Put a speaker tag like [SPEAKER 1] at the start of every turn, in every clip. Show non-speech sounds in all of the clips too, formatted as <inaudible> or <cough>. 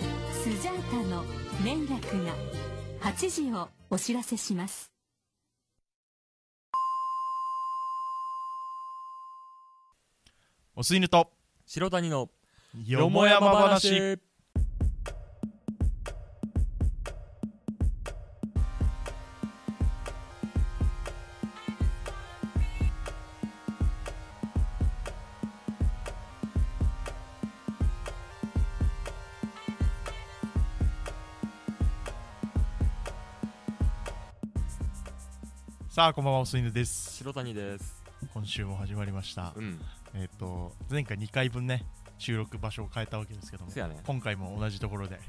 [SPEAKER 1] ジャータの連絡が8時をお知らせします
[SPEAKER 2] おすいぬと
[SPEAKER 3] 白谷の
[SPEAKER 2] よもやま話さあこんばんはおすいぬです
[SPEAKER 3] 白谷です
[SPEAKER 2] 今週も始まりました
[SPEAKER 3] うん
[SPEAKER 2] えっ、と前回2回分ね収録場所を変えたわけですけども
[SPEAKER 3] せやね
[SPEAKER 2] 今回も同じところで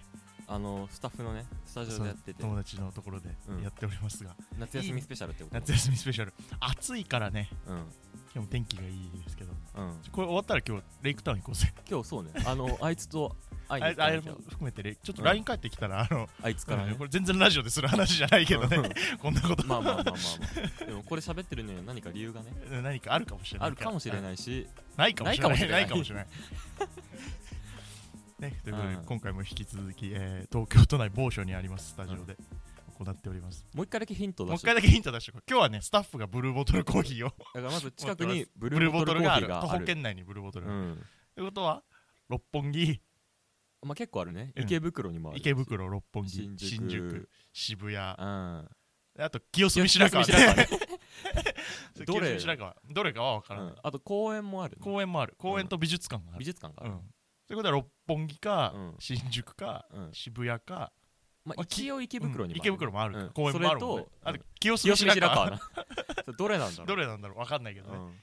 [SPEAKER 3] あのスタッフのねスタジオ
[SPEAKER 2] そ
[SPEAKER 3] で
[SPEAKER 2] う
[SPEAKER 3] やってて
[SPEAKER 2] 友達のところで
[SPEAKER 3] うん
[SPEAKER 2] やっておりますが、
[SPEAKER 3] 夏休みスペシャルってこと
[SPEAKER 2] 夏休みスペシャル暑いからね
[SPEAKER 3] うん
[SPEAKER 2] 今日も天気がいいですけど
[SPEAKER 3] うん
[SPEAKER 2] これ終わったら今日レイクタウン行こうぜ
[SPEAKER 3] 今日そうね
[SPEAKER 2] <laughs>
[SPEAKER 3] あのあいつと会いに
[SPEAKER 2] あ
[SPEAKER 3] 行か
[SPEAKER 2] あ
[SPEAKER 3] な
[SPEAKER 2] れ
[SPEAKER 3] きゃ
[SPEAKER 2] も含めてレイちょっ
[SPEAKER 3] う
[SPEAKER 2] と
[SPEAKER 3] ん
[SPEAKER 2] LINE 帰ってきたら、あの
[SPEAKER 3] あいつからね
[SPEAKER 2] これ全然ラジオでする話じゃないけどね、 <laughs> こんなこと、
[SPEAKER 3] まあまあまあまあまあでもこれ喋ってるには何か理由がね
[SPEAKER 2] <laughs> 何かあるかもしれない
[SPEAKER 3] あるかもしれないし
[SPEAKER 2] ないかもしれない。な
[SPEAKER 3] ないい
[SPEAKER 2] か
[SPEAKER 3] か
[SPEAKER 2] も
[SPEAKER 3] も
[SPEAKER 2] し
[SPEAKER 3] し
[SPEAKER 2] れ
[SPEAKER 3] <laughs>
[SPEAKER 2] ない。ね、ということで、
[SPEAKER 3] うん
[SPEAKER 2] 今回も引き続き、えー東京都内某所にありますスタジオで行っております。
[SPEAKER 3] もう一回だけヒント
[SPEAKER 2] もう
[SPEAKER 3] 出
[SPEAKER 2] 一
[SPEAKER 3] して
[SPEAKER 2] 回だけヒント出しておこう今日はね、スタッフがブルーボトルコーヒーを、
[SPEAKER 3] だからまず近く
[SPEAKER 2] 持って
[SPEAKER 3] に <laughs>
[SPEAKER 2] ブ
[SPEAKER 3] ブル
[SPEAKER 2] ルー
[SPEAKER 3] ーボ
[SPEAKER 2] ボト
[SPEAKER 3] トル
[SPEAKER 2] ル
[SPEAKER 3] コ
[SPEAKER 2] があ
[SPEAKER 3] ーヒー
[SPEAKER 2] る。徒
[SPEAKER 3] があ
[SPEAKER 2] 歩
[SPEAKER 3] る
[SPEAKER 2] 圏内にブルーボトル
[SPEAKER 3] う
[SPEAKER 2] がある。
[SPEAKER 3] ん
[SPEAKER 2] ということは、六本木、
[SPEAKER 3] まあ結構あるね
[SPEAKER 2] うん
[SPEAKER 3] 池袋にもある
[SPEAKER 2] 池袋、六本木、新
[SPEAKER 3] 新
[SPEAKER 2] 宿、
[SPEAKER 3] 宿
[SPEAKER 2] 渋谷、あ
[SPEAKER 3] うん
[SPEAKER 2] と清澄白河、
[SPEAKER 3] 清澄白河ね
[SPEAKER 2] <laughs> そう
[SPEAKER 3] どれ
[SPEAKER 2] 清澄白河どれかは分から
[SPEAKER 3] う
[SPEAKER 2] ない、
[SPEAKER 3] んあと公園もあるね
[SPEAKER 2] 公園もある。公園と美術館があ
[SPEAKER 3] 美
[SPEAKER 2] る。
[SPEAKER 3] 術館があ
[SPEAKER 2] う
[SPEAKER 3] る
[SPEAKER 2] ん。ということは、六本木か、
[SPEAKER 3] うん
[SPEAKER 2] 新宿か、
[SPEAKER 3] うん
[SPEAKER 2] 渋谷か、
[SPEAKER 3] まあ
[SPEAKER 2] まあき
[SPEAKER 3] 一応池袋にもある
[SPEAKER 2] 池袋もあるから、
[SPEAKER 3] うん
[SPEAKER 2] 公園もあるもん、ね
[SPEAKER 3] そ、れと
[SPEAKER 2] あと清澄
[SPEAKER 3] 清澄
[SPEAKER 2] 白
[SPEAKER 3] 白
[SPEAKER 2] 河
[SPEAKER 3] 河なそ <laughs> れどれなんだろう
[SPEAKER 2] どれなんだろうわかんないけど
[SPEAKER 3] う
[SPEAKER 2] ね、
[SPEAKER 3] ん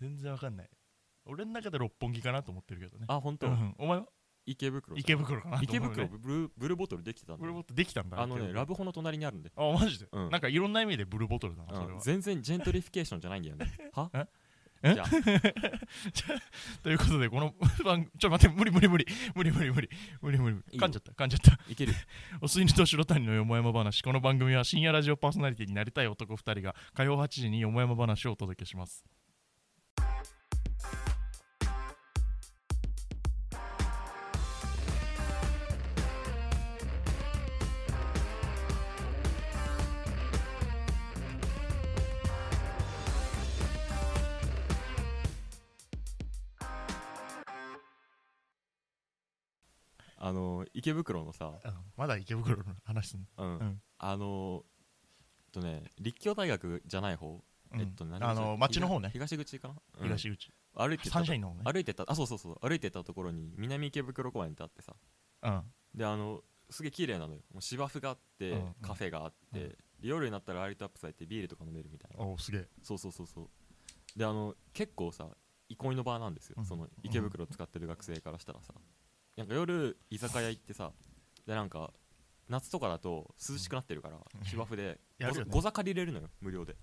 [SPEAKER 2] 全然わかんない俺の中で六本木かなと思ってるけどね
[SPEAKER 3] あ本
[SPEAKER 2] う
[SPEAKER 3] 当
[SPEAKER 2] ん、お前は
[SPEAKER 3] 池袋
[SPEAKER 2] 池袋かなと思う、ね
[SPEAKER 3] 池、袋ブルーブルーボトルできてたん
[SPEAKER 2] ブ
[SPEAKER 3] だ
[SPEAKER 2] ルーボトルできたんだ
[SPEAKER 3] あのね
[SPEAKER 2] 今日
[SPEAKER 3] ラブホの隣にあるんで
[SPEAKER 2] あマジで、
[SPEAKER 3] うん
[SPEAKER 2] なんかいろんな意味でブルーボトルだなそれ
[SPEAKER 3] うん
[SPEAKER 2] は、
[SPEAKER 3] 全然ジェントリフィケーションじゃないんだよ
[SPEAKER 2] <laughs>
[SPEAKER 3] ねは
[SPEAKER 2] え
[SPEAKER 3] じゃあ
[SPEAKER 2] ということでこの番 <laughs> 組ちょっと待って無理無理無理無理無理無理無理無理無
[SPEAKER 3] い
[SPEAKER 2] 理
[SPEAKER 3] よ
[SPEAKER 2] 噛んじゃった噛んじゃった
[SPEAKER 3] いける
[SPEAKER 2] おすいぬと白谷のよもやま話この番組は深夜ラジオパーソナリティになりたい男2人が火曜8時によもやま話をお届けします
[SPEAKER 3] あの池袋のさ
[SPEAKER 2] あまだ池袋の話すんの
[SPEAKER 3] うん
[SPEAKER 2] ん
[SPEAKER 3] あのえっとね立教大学じゃない方
[SPEAKER 2] うん
[SPEAKER 3] えっと何
[SPEAKER 2] あの町の方ね
[SPEAKER 3] 東東口かなうん
[SPEAKER 2] 東口、
[SPEAKER 3] 歩いて
[SPEAKER 2] サ
[SPEAKER 3] た
[SPEAKER 2] ンシャインの方ね
[SPEAKER 3] 歩いてたあそうそうそう歩いてたところに南池袋公園ってあってさ
[SPEAKER 2] うん
[SPEAKER 3] であのすげえ綺麗なのよもう芝生があって、
[SPEAKER 2] うん
[SPEAKER 3] カフェがあって、
[SPEAKER 2] うん
[SPEAKER 3] 夜になったらライトアップされてビールとか飲めるみたいな
[SPEAKER 2] お
[SPEAKER 3] <laughs>
[SPEAKER 2] すげえ
[SPEAKER 3] そうそうそうそうであの結構さ憩いの場なんですよ、
[SPEAKER 2] うん
[SPEAKER 3] その池袋使ってる学生からしたらさなんか夜居酒屋行ってさでなんか夏とかだと涼しくなってるから、
[SPEAKER 2] うん
[SPEAKER 3] 芝生で
[SPEAKER 2] やるよね
[SPEAKER 3] ご座借りれるのよ無料で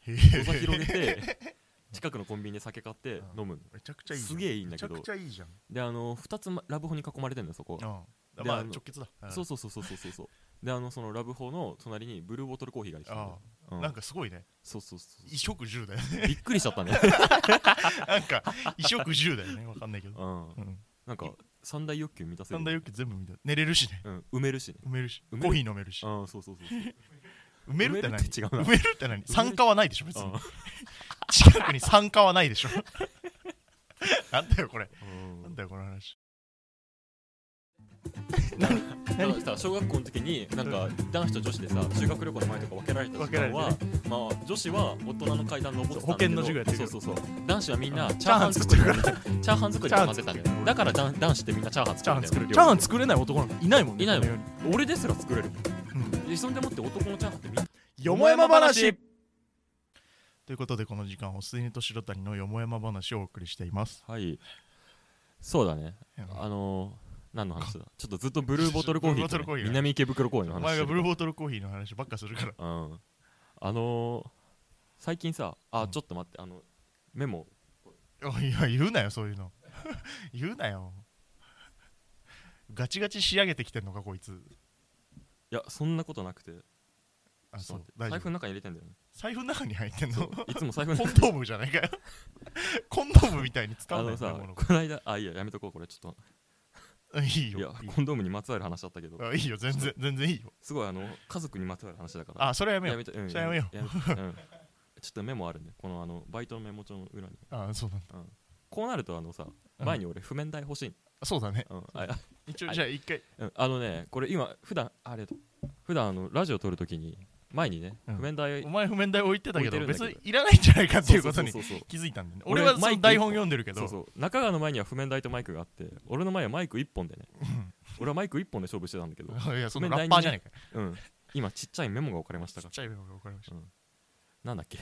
[SPEAKER 2] へ
[SPEAKER 3] ご座広
[SPEAKER 2] え <laughs>
[SPEAKER 3] げて近くのコンビニで酒買って飲むの
[SPEAKER 2] めちゃくちゃいいじゃん
[SPEAKER 3] すげえいいんだけど
[SPEAKER 2] めちゃくちゃいいじゃん
[SPEAKER 3] であの2つまラブホに囲まれてんだよそこ
[SPEAKER 2] うん
[SPEAKER 3] で
[SPEAKER 2] まあ
[SPEAKER 3] あの
[SPEAKER 2] 直結だうん
[SPEAKER 3] そうそうそうそうそうそうそうであのそのラブホの隣にブルーボトルコーヒーができたんだようん
[SPEAKER 2] なんかすごいね
[SPEAKER 3] そうそうそう
[SPEAKER 2] 衣食住だよね <laughs>
[SPEAKER 3] びっくりしちゃったね、
[SPEAKER 2] なんか衣食住だよねわかんないけど
[SPEAKER 3] うん、
[SPEAKER 2] うん
[SPEAKER 3] なんか三大欲求満たせる
[SPEAKER 2] 三大欲求全部見た寝れるしね
[SPEAKER 3] うん、埋めるしね
[SPEAKER 2] 埋めるし
[SPEAKER 3] 埋め
[SPEAKER 2] コ
[SPEAKER 3] る
[SPEAKER 2] ーヒー飲めるし
[SPEAKER 3] うんそうそうそうそう
[SPEAKER 2] 埋めるって
[SPEAKER 3] 埋め
[SPEAKER 2] 何
[SPEAKER 3] るって違うな
[SPEAKER 2] 埋めるって何
[SPEAKER 3] る
[SPEAKER 2] 参加はないでしょ別
[SPEAKER 3] う
[SPEAKER 2] に
[SPEAKER 3] ん
[SPEAKER 2] 近くに参加はないで
[SPEAKER 3] <laughs>
[SPEAKER 2] しょなんだよこれ
[SPEAKER 3] うん
[SPEAKER 2] なんだよこの話
[SPEAKER 3] だからさ小学校の時になんか男子と女子でさ修学旅行の前とか分けられた時間は、
[SPEAKER 2] 分
[SPEAKER 3] まあ女子は大人の階段登ってたんだけど
[SPEAKER 2] そう保健の授業やってるよ
[SPEAKER 3] そうそうそう男子はみんな
[SPEAKER 2] うん
[SPEAKER 3] チャーハン作り
[SPEAKER 2] チャーハン
[SPEAKER 3] チャーハン作りを混ぜたんだよだからだん男子ってみんなチャーハン作るんだよ
[SPEAKER 2] チ
[SPEAKER 3] 料理
[SPEAKER 2] ャーハン作れない男なんていないもんね
[SPEAKER 3] いないもん
[SPEAKER 2] この世に
[SPEAKER 3] 俺ですら作れる
[SPEAKER 2] うん
[SPEAKER 3] もん、でそんでもって男のチャーハンってみんな
[SPEAKER 2] よもやま話ということでこの時間おすいぬと白谷のよもやま話をお送りしています
[SPEAKER 3] はいそうだねあのー、何の話だちょっとずっとブルーボトルコーヒー
[SPEAKER 2] ブルーボ
[SPEAKER 3] とね、
[SPEAKER 2] トルコーヒーね
[SPEAKER 3] 南池袋公園の
[SPEAKER 2] お
[SPEAKER 3] 話
[SPEAKER 2] 前がブルー
[SPEAKER 3] ー
[SPEAKER 2] ボトルコーヒーの話ばっかするから
[SPEAKER 3] うんあのー、最近さあ、
[SPEAKER 2] うん
[SPEAKER 3] ちょっと待ってあのメモ
[SPEAKER 2] おいや言うなよそういうの <laughs> 言うなよガチガチ仕上げてきてんのかこいつ
[SPEAKER 3] いやそんなことなくて
[SPEAKER 2] あ
[SPEAKER 3] ち
[SPEAKER 2] そ
[SPEAKER 3] ょっ
[SPEAKER 2] う
[SPEAKER 3] と待って
[SPEAKER 2] 大丈
[SPEAKER 3] 財布
[SPEAKER 2] 夫
[SPEAKER 3] の中に入れてんだよね
[SPEAKER 2] 財布の中に入ってんの
[SPEAKER 3] いつも財布の
[SPEAKER 2] コ <laughs>
[SPEAKER 3] 中
[SPEAKER 2] ンドームじゃないかよコンドームみたいに使
[SPEAKER 3] あ
[SPEAKER 2] わない
[SPEAKER 3] の
[SPEAKER 2] んだ
[SPEAKER 3] さ
[SPEAKER 2] よこの
[SPEAKER 3] この間あいいややめとこうこれちょっと
[SPEAKER 2] いい
[SPEAKER 3] い
[SPEAKER 2] よい
[SPEAKER 3] や
[SPEAKER 2] いよ
[SPEAKER 3] コンドームにまつわる話だったけど
[SPEAKER 2] あいいよ全然全然いいよ
[SPEAKER 3] すごいあの家族にまつわる話だから
[SPEAKER 2] あそれはやめよ
[SPEAKER 3] や
[SPEAKER 2] う
[SPEAKER 3] めたうん
[SPEAKER 2] じゃあやめよう
[SPEAKER 3] やめたうん <laughs> ちょっとメモあるねこのあのバイトのメモ帳の裏に
[SPEAKER 2] あそうなんだ
[SPEAKER 3] こうなるとあのさ
[SPEAKER 2] うん
[SPEAKER 3] 前に俺譜面台欲しい
[SPEAKER 2] そうだね
[SPEAKER 3] の、うんああ
[SPEAKER 2] 一応
[SPEAKER 3] はい
[SPEAKER 2] じゃあ一回
[SPEAKER 3] うんあのねこれ今普段あれと普段あのラジオ撮るときに前にね
[SPEAKER 2] うん
[SPEAKER 3] 譜面台
[SPEAKER 2] お前譜面台置いてたけど
[SPEAKER 3] 置いてるんだ
[SPEAKER 2] 別に
[SPEAKER 3] けど
[SPEAKER 2] いらないんじゃないかっていうことに
[SPEAKER 3] そうそうそうそう
[SPEAKER 2] 気づいたんだよね
[SPEAKER 3] 俺
[SPEAKER 2] 俺はそ
[SPEAKER 3] マイ
[SPEAKER 2] の
[SPEAKER 3] ク
[SPEAKER 2] 台本読んでるけど
[SPEAKER 3] そうそう中川の前には譜面台とマイクがあって俺の前はマイク1本でね俺はマイク1本で勝負してたんだ
[SPEAKER 2] <laughs>
[SPEAKER 3] けど、
[SPEAKER 2] いやそのラッパーじゃないか
[SPEAKER 3] うん、今ちっちゃいメモが置かれました
[SPEAKER 2] ち
[SPEAKER 3] か
[SPEAKER 2] っちゃいメモが分かりました
[SPEAKER 3] らなんだっけ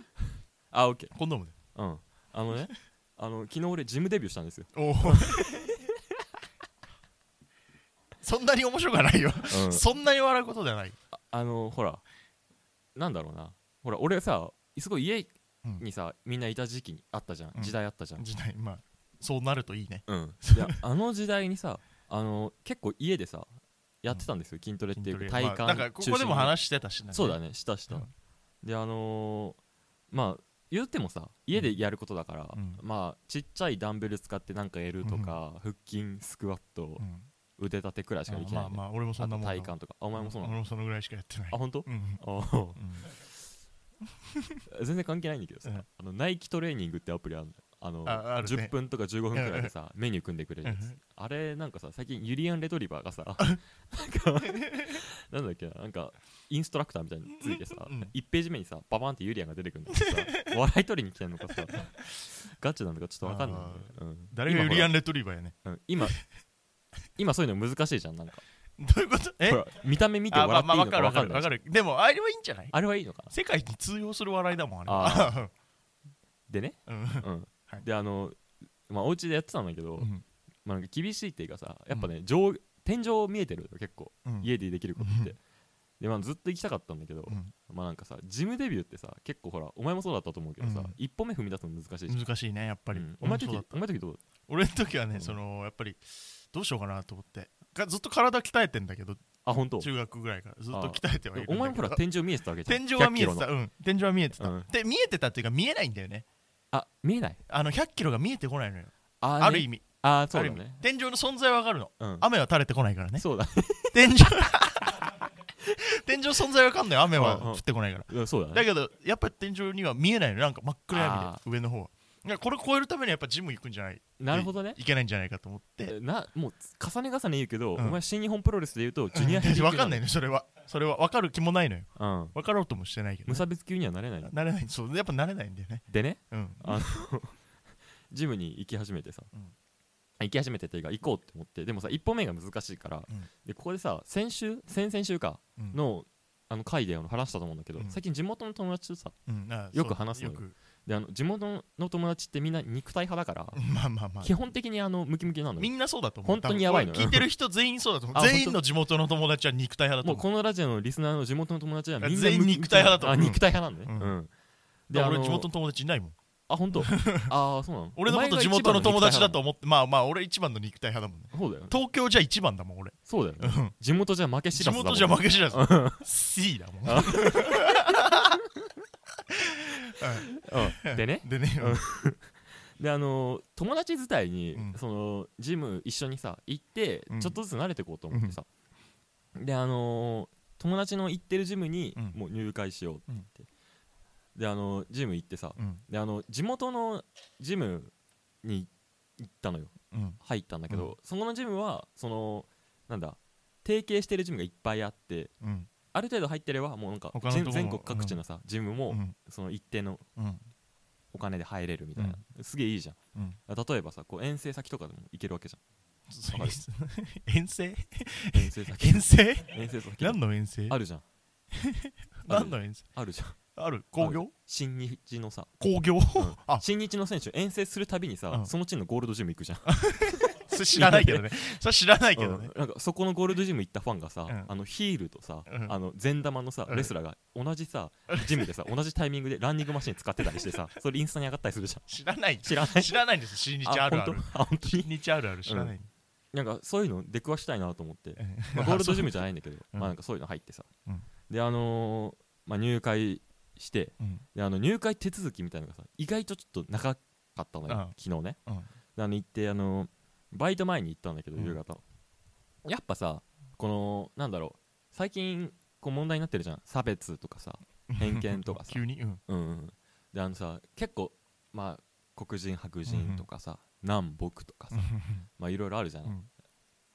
[SPEAKER 3] <laughs> あオッケ
[SPEAKER 2] コンドームで
[SPEAKER 3] ーうんあのねあの昨日俺ジムデビューしたんですよ、
[SPEAKER 2] おお <laughs> そんなに面白くはないよ
[SPEAKER 3] うん
[SPEAKER 2] そんなに笑うことじゃない
[SPEAKER 3] ああのほらなんだろうなほら俺さすごい家にさ、みんないた時期にあったじゃん、
[SPEAKER 2] うん
[SPEAKER 3] 時代あったじゃん
[SPEAKER 2] 時代まあそうなるといいね
[SPEAKER 3] うんいやあの時代にさあの結構家でさやってたんですよ、筋トレっていうか体
[SPEAKER 2] ま
[SPEAKER 3] 幹
[SPEAKER 2] あなんかここでも
[SPEAKER 3] 中心に
[SPEAKER 2] 話してたしな
[SPEAKER 3] そうだねしたした、
[SPEAKER 2] うん
[SPEAKER 3] であのーまあ言ってもさ家でやることだから、
[SPEAKER 2] うん
[SPEAKER 3] まあちっちゃいダンベル使ってなんかやるとか、腹筋スクワット
[SPEAKER 2] うん
[SPEAKER 3] 腕立てくらいしかできない、
[SPEAKER 2] まあまあ俺もそ
[SPEAKER 3] あ
[SPEAKER 2] んな
[SPEAKER 3] と
[SPEAKER 2] もんだ
[SPEAKER 3] 体幹とかあお前もそうなの、
[SPEAKER 2] 俺もそのぐらいしかやってない
[SPEAKER 3] あ本当、
[SPEAKER 2] うん
[SPEAKER 3] あー
[SPEAKER 2] うん
[SPEAKER 3] 全然関係ないんだけどさ、
[SPEAKER 2] うん
[SPEAKER 3] あのナイキトレーニングってアプリあるのあの
[SPEAKER 2] ああるね
[SPEAKER 3] 10分とか15分くらいでさメニュー組んでくれるや
[SPEAKER 2] う
[SPEAKER 3] つ
[SPEAKER 2] ん
[SPEAKER 3] あれなんかさ最近ユリアン・レトリバー
[SPEAKER 2] <laughs>
[SPEAKER 3] がさなんかなんだっけななんかインストラクターみたいについてさ、
[SPEAKER 2] うん
[SPEAKER 3] 1ページ目にさババンってユリアンが出てくるんだけどさ <laughs> 笑い取りに来てんのかさ <laughs> ガチなのかちょっとわかんないんだよね、うん、
[SPEAKER 2] 誰がユリア
[SPEAKER 3] ン
[SPEAKER 2] ン・レトリーバーやね
[SPEAKER 3] 今今そういうの難しいじゃんなんか
[SPEAKER 2] どういうことえ
[SPEAKER 3] ほら見た目見て
[SPEAKER 2] あま
[SPEAKER 3] 笑
[SPEAKER 2] あ
[SPEAKER 3] ってい
[SPEAKER 2] まあ
[SPEAKER 3] いの
[SPEAKER 2] わか
[SPEAKER 3] か
[SPEAKER 2] る
[SPEAKER 3] わ
[SPEAKER 2] わ
[SPEAKER 3] か
[SPEAKER 2] かる
[SPEAKER 3] んな
[SPEAKER 2] わ
[SPEAKER 3] いじゃん
[SPEAKER 2] かるでもあれはいいんじゃない
[SPEAKER 3] あれはいいのかな
[SPEAKER 2] 世界に通用する笑いだもんあれ <laughs>
[SPEAKER 3] あでね、
[SPEAKER 2] うんうん
[SPEAKER 3] うん
[SPEAKER 2] はい
[SPEAKER 3] であのまあお家でやってたんだけど、
[SPEAKER 2] うん
[SPEAKER 3] まあ、なんか厳しいっていうかさやっぱね、上天井見えてるよ結構
[SPEAKER 2] うん
[SPEAKER 3] 家でできることって、
[SPEAKER 2] う
[SPEAKER 3] で、まあ、ずっと行きたかったんだけど、
[SPEAKER 2] うん
[SPEAKER 3] まあなんかさジムデビューってさ結構ほらお前もそうだったと思うけどさ、
[SPEAKER 2] うん
[SPEAKER 3] 一歩目踏み出すの難しいじゃん、
[SPEAKER 2] 難しいねやっぱり
[SPEAKER 3] うんお前の
[SPEAKER 2] そう
[SPEAKER 3] 時
[SPEAKER 2] だ
[SPEAKER 3] お前の時どう
[SPEAKER 2] 俺の時はね、
[SPEAKER 3] うん
[SPEAKER 2] そのやっぱりどうしようかなと思ってかずっと体鍛えてんだけど
[SPEAKER 3] あ本当
[SPEAKER 2] 中学ぐらいからずっと鍛えてはいるんだけど
[SPEAKER 3] お前もほら天井見えてたわけじゃん
[SPEAKER 2] 天井は見えて
[SPEAKER 3] 100キ
[SPEAKER 2] た
[SPEAKER 3] ロの
[SPEAKER 2] うん天井は見えてた、
[SPEAKER 3] うん
[SPEAKER 2] で見えてたっていうか見えないんだよね
[SPEAKER 3] あ見えない
[SPEAKER 2] あの100キロが見えてこないのよ
[SPEAKER 3] あ
[SPEAKER 2] ある
[SPEAKER 3] 味
[SPEAKER 2] 意味
[SPEAKER 3] あそう
[SPEAKER 2] ある
[SPEAKER 3] だ
[SPEAKER 2] 意味
[SPEAKER 3] ね
[SPEAKER 2] 天井の存在はわかるの
[SPEAKER 3] うん
[SPEAKER 2] 雨は垂れてこないからね
[SPEAKER 3] そうだ <laughs>
[SPEAKER 2] 天井 <laughs> 天井存在わかんない雨は降ってこないから
[SPEAKER 3] うんそうだ
[SPEAKER 2] だ
[SPEAKER 3] ね
[SPEAKER 2] けどやっぱ天井には見えないのなんか真っ暗闇
[SPEAKER 3] あ
[SPEAKER 2] で上の方はいやこれ超えるためにやっぱジム行くんじゃない
[SPEAKER 3] なるほどね
[SPEAKER 2] いけないんじゃないかと思って
[SPEAKER 3] なもう重ね重ね言うけど、
[SPEAKER 2] うん
[SPEAKER 3] お前新日本プロレスで言うとジュニアヘビー級
[SPEAKER 2] わかんない
[SPEAKER 3] い、
[SPEAKER 2] ね
[SPEAKER 3] <laughs>
[SPEAKER 2] それはそれは分かる気もないのよ
[SPEAKER 3] うん、
[SPEAKER 2] 分かろうともしてないけど
[SPEAKER 3] 無
[SPEAKER 2] ね、
[SPEAKER 3] 差別級にはなれない
[SPEAKER 2] なれないそうやっぱなれないんだよね
[SPEAKER 3] でね
[SPEAKER 2] うん
[SPEAKER 3] あのジムに行き始めてさ、
[SPEAKER 2] うん
[SPEAKER 3] 行き始めてっていうか行こうって思ってでもさ一歩目が難しいから、
[SPEAKER 2] うん
[SPEAKER 3] でここでさ先週先々週か
[SPEAKER 2] うん
[SPEAKER 3] の,、あの回であの話したと思うんだけど、
[SPEAKER 2] うん
[SPEAKER 3] 最近地元の友達とさ
[SPEAKER 2] うんあ
[SPEAKER 3] よく話す
[SPEAKER 2] そ
[SPEAKER 3] の
[SPEAKER 2] う
[SPEAKER 3] よ
[SPEAKER 2] よく <laughs>
[SPEAKER 3] であの地元の友達ってみんな肉体派だから、
[SPEAKER 2] まあまあまあ
[SPEAKER 3] 基本的にあのムキムキなの
[SPEAKER 2] み
[SPEAKER 3] よ
[SPEAKER 2] んなそうだと思う
[SPEAKER 3] 本当にやばいの
[SPEAKER 2] 多分これ聞いてる人全員そうだと思
[SPEAKER 3] <laughs> あ
[SPEAKER 2] う全員の地元の友達は肉体派だ
[SPEAKER 3] も
[SPEAKER 2] と
[SPEAKER 3] う
[SPEAKER 2] 思う
[SPEAKER 3] このラジオのリスナーの地元の友達はみんな
[SPEAKER 2] 全員
[SPEAKER 3] ムキムキなの
[SPEAKER 2] 肉体派だと思う
[SPEAKER 3] あ肉体派なんだね、う
[SPEAKER 2] うんん
[SPEAKER 3] で
[SPEAKER 2] で
[SPEAKER 3] あ
[SPEAKER 2] 俺
[SPEAKER 3] の
[SPEAKER 2] 地元の友達いないもん
[SPEAKER 3] あ
[SPEAKER 2] <laughs>
[SPEAKER 3] 本当ああそうなの
[SPEAKER 2] 俺のこと地元の友達だと思ってまあまあ俺一番の肉体派だもんね
[SPEAKER 3] お前が一番の肉体派なのそうだよね
[SPEAKER 2] 東京じゃ一番だもん俺
[SPEAKER 3] そうだよね
[SPEAKER 2] うん
[SPEAKER 3] 地元じゃ負け知
[SPEAKER 2] 地
[SPEAKER 3] らずだもん
[SPEAKER 2] 元じゃ負け知らず
[SPEAKER 3] <laughs>
[SPEAKER 2] C だもん
[SPEAKER 3] うんでね
[SPEAKER 2] でねうん
[SPEAKER 3] であのー友達自体に、
[SPEAKER 2] うん
[SPEAKER 3] そのジム一緒にさ行って、
[SPEAKER 2] うん
[SPEAKER 3] ちょっとずつ慣れていこうと思ってさ、であのー友達の行ってるジムに、
[SPEAKER 2] うん
[SPEAKER 3] もう入会しようって言って、であのージム行ってさ
[SPEAKER 2] うん
[SPEAKER 3] であの地元のジムに行ったのよ
[SPEAKER 2] うん
[SPEAKER 3] 入ったんだけど、
[SPEAKER 2] う
[SPEAKER 3] そこのジムはそのなんだ提携してるジムがいっぱいあって
[SPEAKER 2] うん
[SPEAKER 3] ある程度入ってればもうなんか
[SPEAKER 2] 他のと
[SPEAKER 3] 全
[SPEAKER 2] こも
[SPEAKER 3] 全国各地のさ、ジムも、
[SPEAKER 2] うん
[SPEAKER 3] その一定の
[SPEAKER 2] うん
[SPEAKER 3] お金で入れるみたいな、すげえいいじゃん
[SPEAKER 2] うん
[SPEAKER 3] 例えばさこう遠征先とかでも行けるわけじ
[SPEAKER 2] そう
[SPEAKER 3] わかる
[SPEAKER 2] 遠征
[SPEAKER 3] ゃ
[SPEAKER 2] <laughs>
[SPEAKER 3] ん遠征先
[SPEAKER 2] 遠征
[SPEAKER 3] 遠征先
[SPEAKER 2] 何の遠征
[SPEAKER 3] ある
[SPEAKER 2] <laughs>
[SPEAKER 3] じゃん
[SPEAKER 2] 何の遠征
[SPEAKER 3] あるじゃん
[SPEAKER 2] ある工業
[SPEAKER 3] 新日のさ
[SPEAKER 2] 工業あ
[SPEAKER 3] 新日の選手遠征するたびにさ、
[SPEAKER 2] うん
[SPEAKER 3] そのチームのゴールドジム行くじゃん
[SPEAKER 2] それ知らないけどねそれ知らないけどね
[SPEAKER 3] うんなんかそこのゴールドジム行ったファンがさ、
[SPEAKER 2] うん
[SPEAKER 3] あのヒールとさ、
[SPEAKER 2] うん
[SPEAKER 3] あの善玉のさ、
[SPEAKER 2] うん
[SPEAKER 3] レスラーが同
[SPEAKER 2] <laughs>
[SPEAKER 3] じさジムでさ同じタイミングでランニングマシン使ってたりしてさそれインスタに上がったりするじゃん
[SPEAKER 2] 知らない
[SPEAKER 3] 知らない
[SPEAKER 2] 知らないんです新日あるある
[SPEAKER 3] 本当あ本当
[SPEAKER 2] 新
[SPEAKER 3] に
[SPEAKER 2] 日あるある知らない、
[SPEAKER 3] なんかそういうの出くわしたいなと思って
[SPEAKER 2] うん
[SPEAKER 3] まあ、ゴールドジムじゃないんだけど、
[SPEAKER 2] うん
[SPEAKER 3] まあなんかそういうの入ってさ、
[SPEAKER 2] うん
[SPEAKER 3] であのーまあ、入会して
[SPEAKER 2] うん
[SPEAKER 3] であの入会手続きみたいなのがさ意外とちょっと長かったのよ、
[SPEAKER 2] うん
[SPEAKER 3] 昨日ね
[SPEAKER 2] うん
[SPEAKER 3] であの行ってあのーバイト前に行ったんだけど
[SPEAKER 2] うん
[SPEAKER 3] 夕方、やっぱさこのなんだろう最近こう問題になってるじゃん差別とかさ偏見とかさ
[SPEAKER 2] 急にうん
[SPEAKER 3] うんうんであのさ結構まあ黒人白人とかさ、南北とかさまあいろいろあるじゃない、
[SPEAKER 2] うん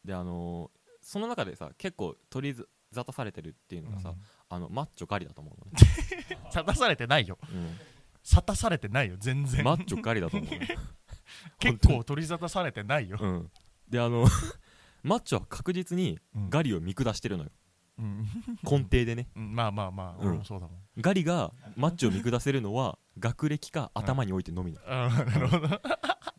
[SPEAKER 3] であのーその中でさ結構取り沙汰されてるっていうのがさ、
[SPEAKER 2] うん
[SPEAKER 3] あのマッチョ狩りだと思うの
[SPEAKER 2] 沙汰されてないよ
[SPEAKER 3] ね、
[SPEAKER 2] 沙汰されてないよ全
[SPEAKER 3] うん <laughs>
[SPEAKER 2] 然
[SPEAKER 3] マッチョ狩りだと思うの <laughs> ね、
[SPEAKER 2] 結構取り沙汰されてないよ
[SPEAKER 3] うん、であの <laughs> マッチョは確実に
[SPEAKER 2] うん
[SPEAKER 3] ガリを見下してるのよ
[SPEAKER 2] うん
[SPEAKER 3] 根底でね
[SPEAKER 2] うんまあまあまあ
[SPEAKER 3] うん
[SPEAKER 2] 俺もそうだもん
[SPEAKER 3] ガリがマッチョを見下せるのは学歴か頭においてのみな
[SPEAKER 2] あーなるほど
[SPEAKER 3] の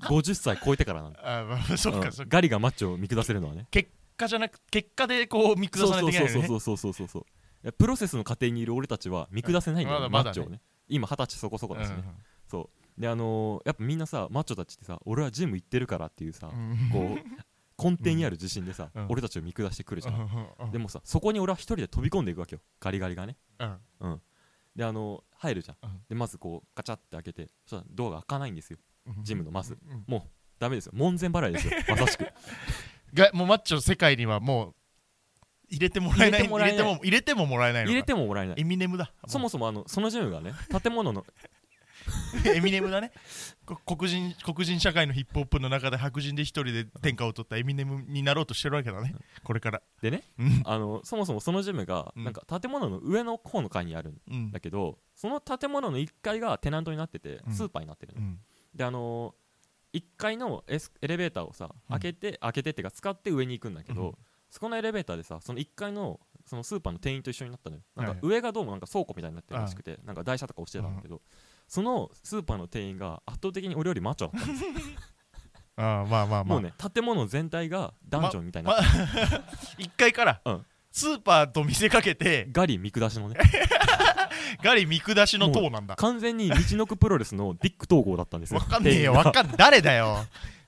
[SPEAKER 3] 50歳超えてから <laughs> なんだ、
[SPEAKER 2] あーまあそっ
[SPEAKER 3] う
[SPEAKER 2] か
[SPEAKER 3] ん
[SPEAKER 2] そっか
[SPEAKER 3] ガリがマッチョを見下せるのはね
[SPEAKER 2] 結果じゃなく結果でこう見下
[SPEAKER 3] そう
[SPEAKER 2] さない
[SPEAKER 3] そ
[SPEAKER 2] とい
[SPEAKER 3] う
[SPEAKER 2] け
[SPEAKER 3] そ
[SPEAKER 2] な
[SPEAKER 3] う
[SPEAKER 2] いよね
[SPEAKER 3] そうそうそうそうそういやプロセスの過程にいる俺たちは見下せないんだよ、
[SPEAKER 2] うんま
[SPEAKER 3] マ
[SPEAKER 2] だまだ
[SPEAKER 3] ッチ
[SPEAKER 2] ね
[SPEAKER 3] ョをね今二十歳そこそこだしね、そうであのーやっぱみんなさマッチョたちってさ俺はジム行ってるからっていうさ、
[SPEAKER 2] うんうん
[SPEAKER 3] こう根底にある自信でさ、
[SPEAKER 2] うん
[SPEAKER 3] 俺たちを見下してくるじゃん、
[SPEAKER 2] うん
[SPEAKER 3] でもさそこに俺は一人で飛び込んでいくわけよガリガリがね
[SPEAKER 2] うん
[SPEAKER 3] うんであのー入るじゃん、
[SPEAKER 2] うん
[SPEAKER 3] でまずこうガチャって開けてそしたらドアが開かないんですよ
[SPEAKER 2] うん
[SPEAKER 3] ジムのマス
[SPEAKER 2] うん
[SPEAKER 3] もうダメですよ門前払
[SPEAKER 2] <laughs>
[SPEAKER 3] いですよまさしく
[SPEAKER 2] がもうマッチョ世界にはもう入れてもらえない
[SPEAKER 3] 入れてもらえ
[SPEAKER 2] 入
[SPEAKER 3] ない
[SPEAKER 2] れても入れてももらえないのか
[SPEAKER 3] 入れてももらえない
[SPEAKER 2] エミネムだ
[SPEAKER 3] そ
[SPEAKER 2] も
[SPEAKER 3] もそもあのそのジムがね建物の
[SPEAKER 2] うエミネムだねこ黒人黒人社会のヒップホップの中で白人で一人で天下を取ったエミネムになろうとしてるわけだねこれから
[SPEAKER 3] でね
[SPEAKER 2] うん
[SPEAKER 3] あのそもそもそのジムが、
[SPEAKER 2] うん
[SPEAKER 3] なんか建物の上の方の階にあるん
[SPEAKER 2] うん
[SPEAKER 3] だけどその建物の1階がテナントになってて、
[SPEAKER 2] うん
[SPEAKER 3] スーパーになってるの
[SPEAKER 2] うん
[SPEAKER 3] であのー、1階のエスエレベーターをさ
[SPEAKER 2] うん
[SPEAKER 3] 開けて、開けてっていうか使って上に行くんだけど、
[SPEAKER 2] うん
[SPEAKER 3] そこのエレベーターでさその1階のそのスーパーの店員と一緒になったのよなんか
[SPEAKER 2] はい
[SPEAKER 3] 上がどうもなんか倉庫みたいになってるらしくて、なんか台車とか押してたんだけど、そのスーパーの店員が圧倒的に俺よりマッチョだったの
[SPEAKER 2] ああまあまあま
[SPEAKER 3] も
[SPEAKER 2] あ
[SPEAKER 3] うね建物全体がダンジョンみたいな、
[SPEAKER 2] ま1階から
[SPEAKER 3] うん
[SPEAKER 2] スーパーと見せかけて
[SPEAKER 3] ガリ見下しのね
[SPEAKER 2] ガリ見下しの塔なんだ
[SPEAKER 3] 完全に道のくプロレスのディック統合だったんですよ
[SPEAKER 2] わかんねえよわかん誰だよ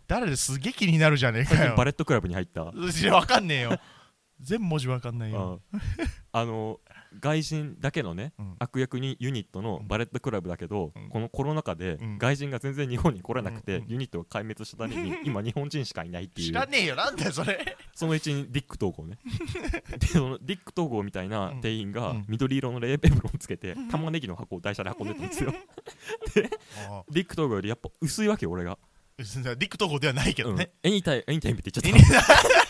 [SPEAKER 2] 誰ですげえ気になるじゃねえ
[SPEAKER 3] 最
[SPEAKER 2] か
[SPEAKER 3] 近
[SPEAKER 2] よ
[SPEAKER 3] バレットクラブに入った
[SPEAKER 2] いやわかんねえよ全文字わかんないよ
[SPEAKER 3] うんあの外人だけのね、
[SPEAKER 2] うん
[SPEAKER 3] 悪役にユニットのバレットクラブだけど、
[SPEAKER 2] うん
[SPEAKER 3] このコロナ禍で
[SPEAKER 2] うん
[SPEAKER 3] 外人が全然日本に来れなくて、
[SPEAKER 2] うんうん
[SPEAKER 3] ユニットが壊滅したた
[SPEAKER 2] <laughs>
[SPEAKER 3] めに今日本人しかいないってい
[SPEAKER 2] 知
[SPEAKER 3] う
[SPEAKER 2] らねえよなんだよそれ
[SPEAKER 3] そのうちにディック統
[SPEAKER 2] <laughs>
[SPEAKER 3] 合ねでそのディック統合みたいな店員が
[SPEAKER 2] うん
[SPEAKER 3] 緑色のレーペブロンつけて玉ねぎの箱を台車で運んでた
[SPEAKER 2] <laughs>
[SPEAKER 3] んですよ
[SPEAKER 2] も
[SPEAKER 3] ディック統合よりやっぱ薄いわけよ俺が、
[SPEAKER 2] うディック投稿ではないけ
[SPEAKER 3] う
[SPEAKER 2] ど
[SPEAKER 3] ん
[SPEAKER 2] ね、、
[SPEAKER 3] エニタイムエニタイムって言っちゃった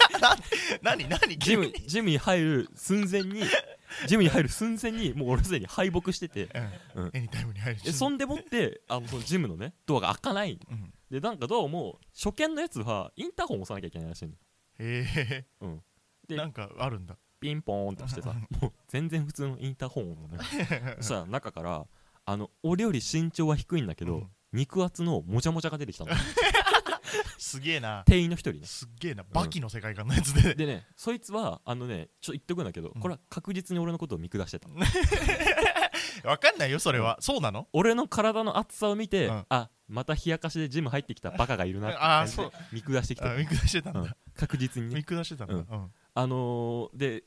[SPEAKER 2] 何何
[SPEAKER 3] ジ
[SPEAKER 2] 急
[SPEAKER 3] ム
[SPEAKER 2] に
[SPEAKER 3] ジムに入る寸
[SPEAKER 2] <laughs>
[SPEAKER 3] 前にジムに入る寸前にもう俺すでに敗北してて
[SPEAKER 2] うん
[SPEAKER 3] うん
[SPEAKER 2] エニタイムに入る
[SPEAKER 3] えそんでもってあのそのジムのねドアが開かない
[SPEAKER 2] うん
[SPEAKER 3] でなんかどうも初見のやつはインターホン押さなきゃいけないらしいの
[SPEAKER 2] へ
[SPEAKER 3] うん
[SPEAKER 2] え
[SPEAKER 3] で
[SPEAKER 2] なんかあるんだ
[SPEAKER 3] ピンポーンって
[SPEAKER 2] <laughs>
[SPEAKER 3] してさもう全然普通のインターホンなのよそしたら中からあの俺より身長は低いんだけど、
[SPEAKER 2] うん
[SPEAKER 3] 肉厚のもじゃもじゃが出てき
[SPEAKER 2] <laughs>
[SPEAKER 3] たの
[SPEAKER 2] すげえな
[SPEAKER 3] 店員の一人
[SPEAKER 2] <laughs>
[SPEAKER 3] ね
[SPEAKER 2] すっげえなバキの世界観のやつで
[SPEAKER 3] でねそいつはあのねちょ言っとくんだけど、
[SPEAKER 2] うん
[SPEAKER 3] これは確実に俺のことを見下してた
[SPEAKER 2] わかんないよそれはそうなの
[SPEAKER 3] 俺の体の厚さを見て、
[SPEAKER 2] うん
[SPEAKER 3] あまた冷やかしでジム入ってきたバカがいるなって
[SPEAKER 2] <laughs> あ
[SPEAKER 3] 感
[SPEAKER 2] ー
[SPEAKER 3] じ
[SPEAKER 2] そ
[SPEAKER 3] で
[SPEAKER 2] う
[SPEAKER 3] 見下してき
[SPEAKER 2] あ
[SPEAKER 3] た
[SPEAKER 2] 見下してたん
[SPEAKER 3] うん
[SPEAKER 2] だ
[SPEAKER 3] 確実にね
[SPEAKER 2] 見下してたんだ
[SPEAKER 3] うん
[SPEAKER 2] うん
[SPEAKER 3] あのー、で、